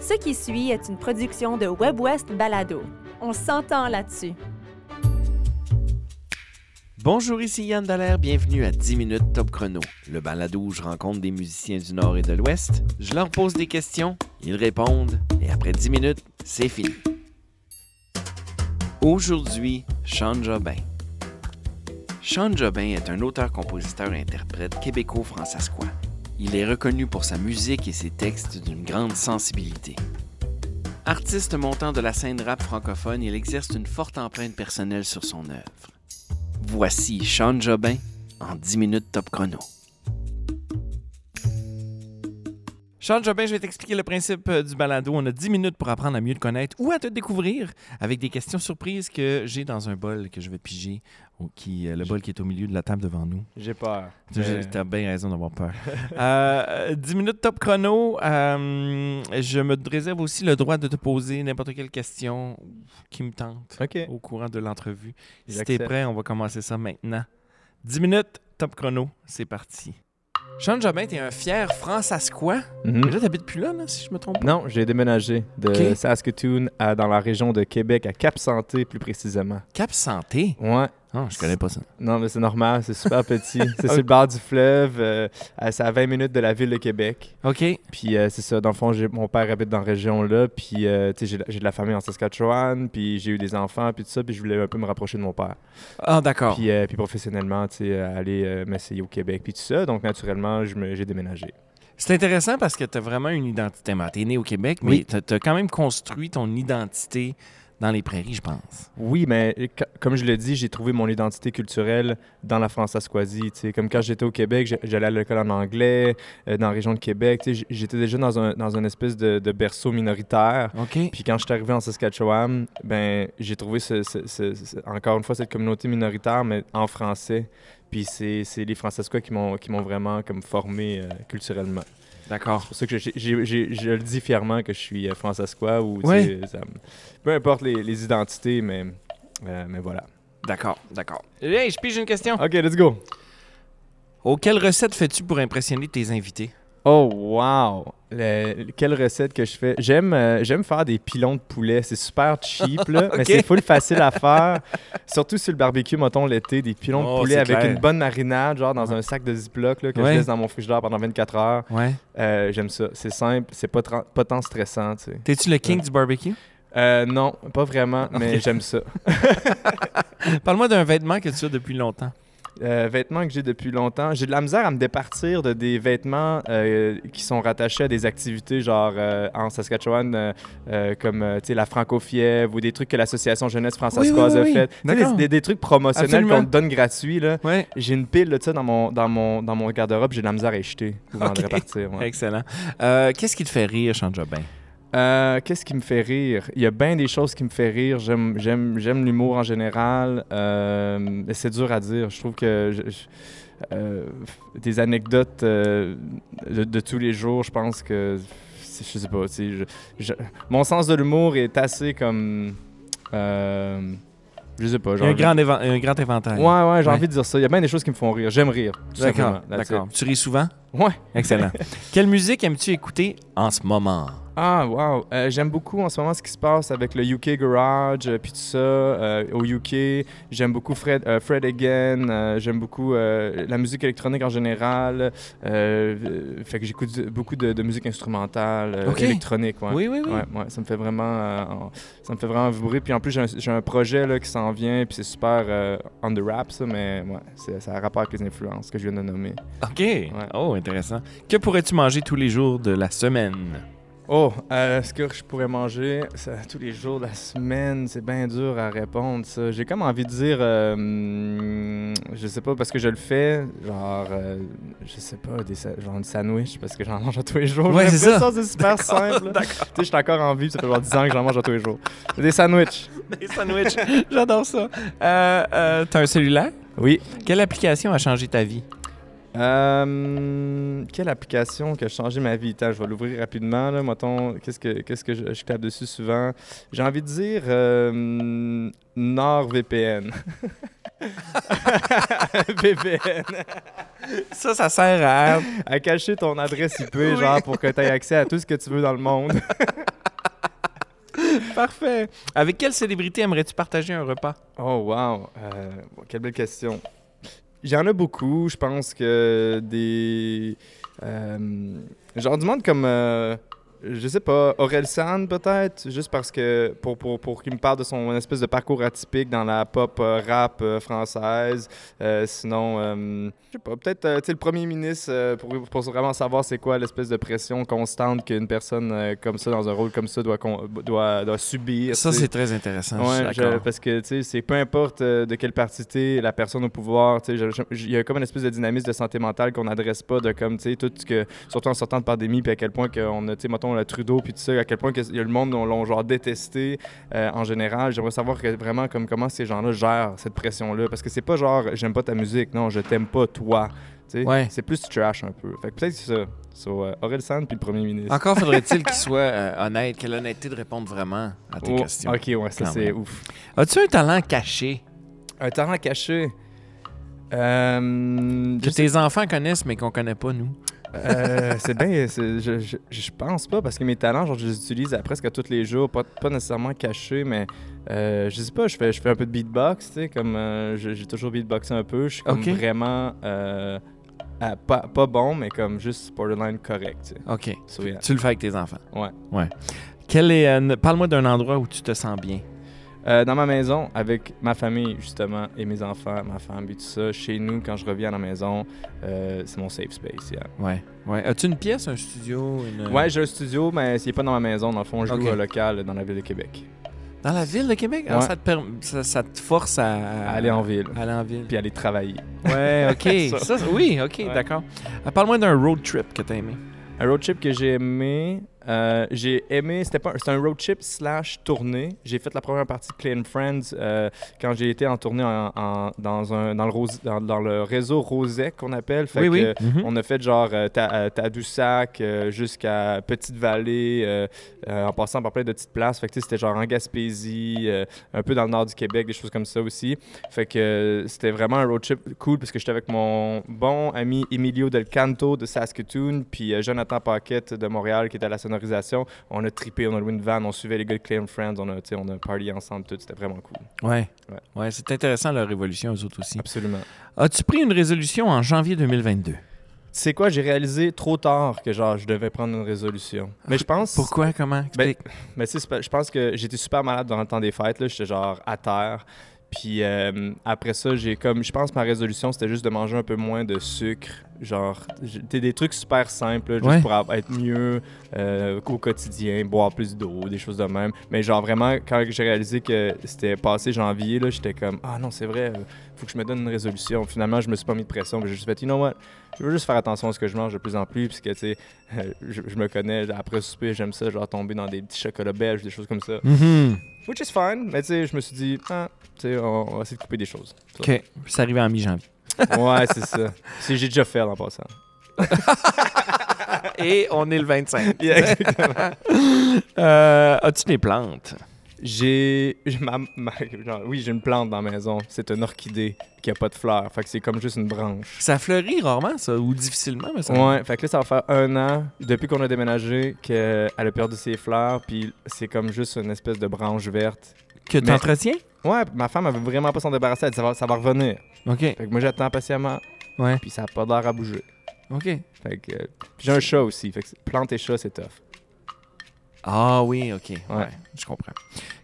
Ce qui suit est une production de WebWest Balado. On s'entend là-dessus. Bonjour, ici Yann Dallaire, bienvenue à 10 minutes Top Chrono, le balado où je rencontre des musiciens du Nord et de l'Ouest, je leur pose des questions, ils répondent, et après 10 minutes, c'est fini. Aujourd'hui, Sean Jobin. Sean Jobin est un auteur-compositeur-interprète québéco-françaiscois. Il est reconnu pour sa musique et ses textes d'une grande sensibilité. Artiste montant de la scène rap francophone, il exerce une forte empreinte personnelle sur son œuvre. Voici Sean Jobin en 10 minutes top chrono. Charles Jobin, je vais t'expliquer le principe euh, du balado. On a 10 minutes pour apprendre à mieux te connaître ou à te découvrir avec des questions surprises que j'ai dans un bol que je vais piger, au- qui, euh, le bol qui est au milieu de la table devant nous. J'ai peur. Tu Euh. Mais- as bien raison d'avoir peur. Euh, 10 minutes top chrono. Euh, je me réserve aussi le droit de te poser n'importe quelle question qui me tente OK. au courant de l'entrevue. Si t'es J'accepte. prêt, on va commencer ça maintenant. 10 minutes top chrono, c'est parti. Sean Jobin, t'es un fier franc-sasquois. Mais là, t'habites plus là, là, si je me trompe pas. Mhm. Non, j'ai déménagé de Ok. Saskatoon à- dans la région de Québec, à Cap-Santé plus précisément. Cap Santé? Ouais. Non, je connais pas ça. Non, mais c'est normal, c'est super petit. c'est sur le bord du fleuve, euh, à- c'est à 20 minutes de la ville de Québec. OK. Puis euh, c'est ça, dans le fond, j'ai- mon père habite dans la région-là, puis euh, tu sais, j'ai de- j'ai de la famille en Saskatchewan, puis j'ai eu des enfants, puis tout ça, puis je voulais un peu me rapprocher de mon père. Ah, d'accord. Puis, euh, puis professionnellement, tu sais, aller euh, m'essayer au Québec, puis tout ça. Donc naturellement, je me- j'ai déménagé. C'est intéressant parce que t'as vraiment une identité. Ben, T'es né au Québec, mais Oui. t'as t'as quand même construit ton identité dans les prairies, je pense. Oui, mais ca- comme je l'ai dit, j'ai trouvé mon identité culturelle dans la France asquasie. Comme quand j'étais au Québec, j'a- j'allais à l'école en anglais, euh, dans la région de Québec. tu sais, j- J'étais déjà dans un, dans une espèce de, de berceau minoritaire. OK. Puis quand je suis arrivé en Saskatchewan, ben, j'ai trouvé ce- ce- ce- ce- encore une fois cette communauté minoritaire, mais en français. Puis c'est c'est les Françaisquois qui m'ont qui m'ont vraiment comme formé euh, culturellement. D'accord. C'est pour ça que j'ai- j'ai- j'ai- je le dis fièrement que je suis euh, françaisquois ou tu Ouais. sais, ça me- peu importe les, les identités, mais, euh, mais voilà. D'accord, d'accord. Hey, je pige une question. Ok, let's go. Oh, quelle recette fais-tu pour impressionner tes invités? Oh wow! Le- quelle recette que je fais? J'aime euh, j'aime faire des pilons de poulet. C'est super cheap, là, mais Ok. c'est full facile à faire. Surtout sur le barbecue, mettons, l'été, des pilons Oh, de poulet c'est avec clair. une bonne marinade, genre dans un sac de Ziploc là, que Ouais. je laisse dans mon frigidaire pendant 24 heures. Ouais. Euh, J'aime ça. C'est simple, c'est pas, tran- pas tant stressant, tu sais. T'es-tu le king du barbecue? Euh, non, pas vraiment, mais j'aime ça. Parle-moi d'un vêtement que tu as depuis longtemps. Euh, vêtements que j'ai depuis longtemps. J'ai de la misère à me départir de des vêtements euh, qui sont rattachés à des activités genre euh, en Saskatchewan euh, euh, comme euh, tu sais, la francofièvre ou des trucs que l'association jeunesse françaiscoise oui, oui. a fait. Tu sais, D'accord. Des, des- des trucs promotionnels Absolument. qu'on te donne gratuits là. Ouais. J'ai une pile de ça dans mon dans mon dans mon garde-robe, j'ai de la misère à les jeter ou m'en Ok. répartir. ouais. Excellent. Euh, Qu'est-ce qui te fait rire, Sean Jobin? Euh, Qu'est-ce qui me fait rire? Il y a bien des choses qui me fait rire. J'aime- J'aime j'aime l'humour en général. Euh, c'est dur à dire. Je trouve que je- je- euh, des anecdotes euh, de, de tous les jours, je pense que... c'est- Je sais pas. tu sais, je- je- mon sens de l'humour est assez comme... euh, je sais pas. Il y j'ai a un envie- grand, évan- un grand éventail. Ouais, ouais, j'ai Ouais. envie de dire ça. Il y a bien des choses qui me font rire. J'aime rire. tout D'accord, simplement. That's it. d'accord. Tu ris souvent? Ouais. Excellent. Quelle musique aimes-tu écouter en ce moment? Ah, wow! Euh, J'aime beaucoup en ce moment ce qui se passe avec le UK Garage, euh, puis tout ça, euh, au UK. J'aime beaucoup Fred, euh, Fred Again, euh, j'aime beaucoup euh, la musique électronique en général. Euh, euh, fait que j'écoute du- beaucoup de, de musique instrumentale, euh, Ok. électronique. Ouais. oui, Ouais, ouais, ça me fait vraiment, euh, en- ça me fait vraiment vibrer. Puis en plus, j'ai un, j'ai un projet là, qui s'en vient, puis c'est super euh, on the rap, ça, mais ouais, c'est- ça a rapport avec les influences que je viens de nommer. OK. Oh, intéressant. Que pourrais-tu manger tous les jours de la semaine? Oh, euh, ce que je pourrais manger ça, tous les jours de la semaine, c'est bien dur à répondre, ça. J'ai comme envie de dire, euh, hmm, je sais pas, parce que je le fais, genre, euh, je sais pas, des, sa- genre un sandwich, parce que j'en mange à tous les jours. Ouais, J'ai c'est l'impression ça. que C'est super simple. là. Tu sais, j'étais encore en vie, puis ça fait genre 10 ans que j'en mange à tous les jours. Des sandwichs. Des sandwichs. J'adore ça. Euh, euh, T'as un cellulaire? Oui. Quelle application a changé ta vie? Euh, quelle application qui a changé ma vie? Attends, je vais l'ouvrir rapidement. Là. Mettons, qu'est-ce que, qu'est-ce que je, je tape dessus souvent? J'ai envie de dire euh, NordVPN. VPN. Ça, ça sert à. À cacher ton adresse IP, genre, pour que tu aies accès à tout ce que tu veux dans le monde. Parfait. Avec quelle célébrité aimerais-tu partager un repas? Oh, wow. Euh, quelle belle question. J'en ai beaucoup. Je pense que des. euh, genre du monde comme. euh, je sais pas, Aurel San peut-être, juste parce que. Pour, pour, pour qu'il me parle de son espèce de parcours atypique dans la pop euh, rap euh, française. Euh, sinon, euh, je sais pas, peut-être euh, tu sais, le premier ministre euh, pour, pour vraiment savoir c'est quoi l'espèce de pression constante qu'une personne euh, comme ça, dans un rôle comme ça, doit, con- doit, doit subir. Ça, tu sais. c'est très intéressant. Ah, je suis Ouais, je- d'accord. parce que tu sais, c'est peu importe euh, de quel parti t'es, la personne au pouvoir, tu sais, je- je- il y a comme une espèce de dynamisme de santé mentale qu'on n'adresse pas, de comme tu sais, tout ce que, surtout en sortant de pandémie, puis à quel point qu'on a, tu sais, mettons le Trudeau, puis tout ça, à quel point que il y a le monde dont l'ont genre détesté euh, en général. J'aimerais savoir que, vraiment comme comment ces gens-là gèrent cette pression-là, parce que c'est pas genre j'aime pas ta musique, non, je t'aime pas toi. Tu sais. Ouais. C'est plus trash un peu. Fait que peut-être c'est ça. So, euh, Aurel Sand puis le premier ministre. Encore faudrait-il qu'il soit euh, honnête, que l'honnêteté de répondre vraiment à tes Oh, questions. ok, ouais, ça Quand c'est même. ouf. As-tu un talent caché Un talent caché. Euh, que tes enfants connaissent mais qu'on connaît pas, nous? euh, c'est bien, c'est- je, je, je pense pas parce que mes talents, genre, je les utilise à presque tous les jours, pas, pas nécessairement cachés, mais euh, je sais pas, je fais, je fais un peu de beatbox, tu sais, comme euh, je- j'ai toujours beatboxé un peu, je suis comme Ok. vraiment euh, à- pas, pas bon, mais comme juste borderline correct, tu sais. OK. So, yeah. Tu le fais avec tes enfants? Ouais. Ouais. Quel est, euh, ne- Parle-moi d'un endroit où tu te sens bien. Euh, dans ma maison, avec ma famille, justement, et mes enfants, ma femme et tout ça, chez nous, quand je reviens à la maison, euh, c'est mon safe space, yeah. Ouais. ouais. As-tu une pièce, un studio? une- Ouais, j'ai un studio, mais c'est pas dans ma maison. Dans le fond, je Ok. loue un local dans la ville de Québec. Dans la ville de Québec? Ah, Ouais. ça, te perm- ça, ça te force à... À aller en ville, Aller en ville. puis aller travailler. Ouais, OK. Ça. Ça, oui, OK, Ouais. d'accord. Euh, Parle-moi d'un road trip que t'as aimé. Un road trip que j'ai aimé, euh, j'ai aimé, c'était pas, c'était un road trip slash tournée. J'ai fait la première partie de Clean Friends euh, quand j'ai été en tournée en- en- dans, un, dans, le Rose- dans, dans le réseau Rosec qu'on appelle. Fait oui, oui. que, euh, Mhm. On a fait genre euh, Ta- euh, Tadoussac euh, jusqu'à Petite-Vallée, euh, euh, en passant par plein de petites places. Fait que tu sais, c'était genre en Gaspésie, euh, un peu dans le nord du Québec, des choses comme ça aussi. Fait que euh, c'était vraiment un road trip cool parce que j'étais avec mon bon ami Emilio Del Canto de Saskatoon, puis euh, Jonathan Paquette de Montréal qui était à la sonorisation. On a trippé, on a loué une van, on suivait les gars de Claim Friends, on a, tu sais, on a party ensemble, tout. C'était vraiment cool. Ouais. Ouais. Ouais, c'est intéressant leur évolution, eux autres aussi. Absolument. As-tu pris une résolution en janvier 2022? Tu sais quoi, j'ai réalisé trop tard que genre je devais prendre une résolution. Mais je pense. Pourquoi? Comment? Ben, Explique. Mais tu sais, c'est pas- je pense que j'étais super malade dans le temps des fêtes. là. J'étais genre à terre. Puis euh, après ça, j'ai comme. Je pense que ma résolution, c'était juste de manger un peu moins de sucre. Genre, j- t'es des trucs super simples, là, juste Ouais. pour av- être mieux euh, au quotidien, boire plus d'eau, des choses de même. Mais genre, vraiment, quand j'ai réalisé que c'était passé janvier, là, j'étais comme, ah non, c'est vrai, euh, faut que je me donne une résolution. Finalement, je me suis pas mis de pression, mais j'ai juste fait, you know what, je veux juste faire attention à ce que je mange de plus en plus, puisque, tu sais, euh, je, je me connais, après souper, j'aime ça, genre tomber dans des petits chocolats belges, des choses comme ça. Mhm. Which is fine, mais tu sais, je me suis dit, ah, tu sais, on, on va essayer de couper des choses. Ça. OK. C'est arrivé en mi-janvier. ouais, c'est ça. C'est- J'ai déjà fait en passant. Et on est le 25. Euh, As-tu des plantes? J'ai. j'ai ma- ma- genre, oui, j'ai une plante dans la maison. C'est une orchidée qui a pas de fleurs. Fait que c'est comme juste une branche. Ça fleurit rarement, ça, ou difficilement, mais ça... Ouais, fait que là, ça va faire un an depuis qu'on a déménagé qu'elle a perdu ses fleurs. Puis c'est comme juste une espèce de branche verte. Que Mais- t'entretiens? Ouais, ma femme, elle veut vraiment pas s'en débarrasser. Elle dit, ça va, ça va revenir. OK. Fait que moi, j'attends patiemment. Ouais. Puis ça a pas l'air à bouger. OK. Fait que. euh, puis j'ai un chat aussi. Fait que c'est- plante et chat, c'est tough. Ah oui, OK. Ouais. Ouais. je comprends.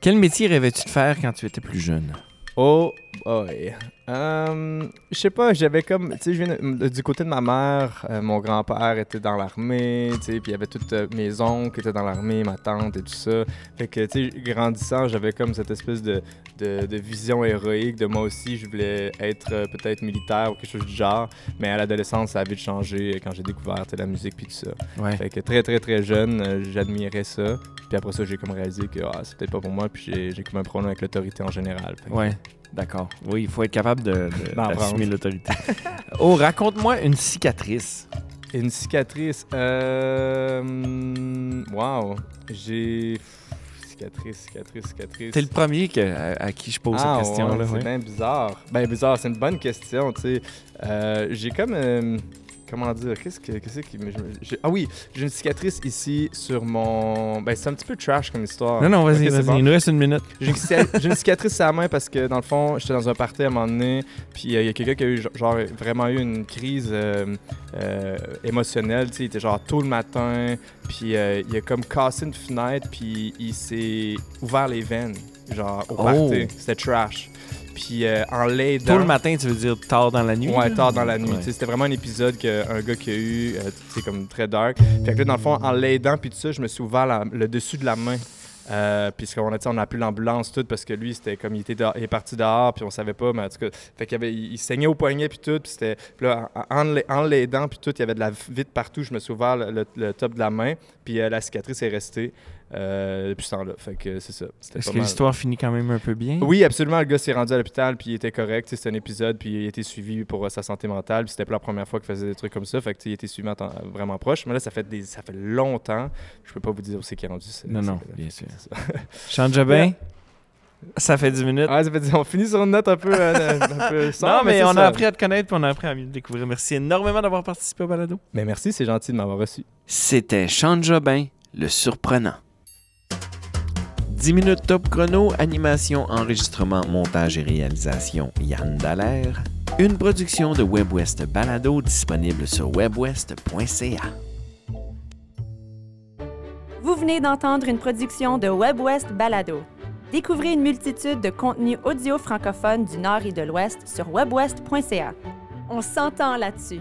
Quel métier rêvais-tu de faire quand tu étais plus jeune? Oh boy. Euh, je sais pas, j'avais comme. Tu sais, je viens de- du côté de ma mère, euh, mon grand-père était dans l'armée, tu sais, puis il y avait toutes euh, mes oncles qui étaient dans l'armée, ma tante et tout ça. Fait que, tu sais, grandissant, j'avais comme cette espèce de, de, de vision héroïque de moi aussi, je voulais être euh, peut-être militaire ou quelque chose du genre. Mais à l'adolescence, ça a vite changé euh, quand j'ai découvert tu sais, la musique puis tout ça. Ouais. Fait que très, très, très jeune, euh, j'admirais ça. Puis après ça, j'ai comme réalisé que ah, c'est peut-être pas pour moi, puis j'ai- j'ai comme un problème avec l'autorité en général. Fait que- Ouais. D'accord. Oui, il faut être capable de, de- D'en d'assumer prendre. l'autorité. oh, raconte-moi une cicatrice. Une cicatrice. Euh. Wow. J'ai. Cicatrice, cicatrice, cicatrice. T'es le premier que- à, à qui je pose Ah, cette question-là. ouais, C'est ouais. bien bizarre. Ben bizarre, c'est une bonne question, tu sais. Euh, j'ai comme... euh, comment dire? Qu'est-ce que qu'est-ce qui... mais je me- j'ai- Ah oui, j'ai une cicatrice ici sur mon... Ben c'est un petit peu trash comme histoire. Non, non, vas-y, Ok, c'est vas-y. bon. Il nous reste une minute. J'ai une, cica- j'ai une cicatrice sur la main parce que, dans le fond, j'étais dans un party à un moment donné, puis euh, il y a quelqu'un qui a eu, ge- genre, vraiment eu une crise euh, euh, émotionnelle, tu sais, il était genre tôt le matin, puis euh, il a comme cassé une fenêtre, puis il s'est ouvert les veines, genre, au Oh! party. C'était trash. Puis euh, en l'aidant... Tôt le matin, tu veux dire tard dans la nuit? Ouais, là? tard dans la nuit. Ouais. Tu sais, C'était vraiment un épisode qu'un gars qui a eu, euh, c'est comme très dark. Fait que là, dans le fond, en l'aidant, puis tout ça, je me suis ouvert la- le dessus de la main. Euh, puis ce qu'on a dit, on a appelé l'ambulance tout parce que lui, c'était comme il était dehors- il est parti dehors, puis on savait pas, mais en tout cas, fait qu'il y avait, il, il saignait au poignet, puis tout, puis c'était, puis là, en- en l'a- en l'aidant, puis tout, il y avait de la vite partout, je me suis ouvert le, le- le top de la main, puis euh, la cicatrice est restée euh, depuis ce temps-là. Fait que euh, c'est ça. C'était Est-ce pas que mal. l'histoire finit quand même un peu bien? Oui, absolument. Le gars s'est rendu à l'hôpital, puis il était correct. Tu sais, C'était un épisode, puis il était suivi pour euh, sa santé mentale. Puis c'était pas la première fois qu'il faisait des trucs comme ça. Fait que, tu sais, il était suivi en temps- euh, vraiment proche. Mais là, ça fait, des, ça fait longtemps. Je peux pas vous dire où c'est qu'il est rendu. c'est- Non, c'est- non, c'est- bien sûr. c'est ça. Chante Jobin? Ça fait 10 minutes. Ouais, Ah, ça fait dire, on finit sur une note un peu, euh, un peu sombre, non, mais, c'est on ça. a appris à te connaître puis on a appris à mieux te découvrir. Merci énormément d'avoir participé au balado. Mais merci, c'est gentil de m'avoir reçu. C'était Sean Jobin, le surprenant. 10 minutes top chrono, animation, enregistrement, montage et réalisation, Yann Dallaire. Une production de WebWest Balado disponible sur webwest.ca. Vous venez d'entendre une production de WebWest Balado. Découvrez une multitude de contenus audio francophones du Nord et de l'Ouest sur webwest.ca. On s'entend là-dessus.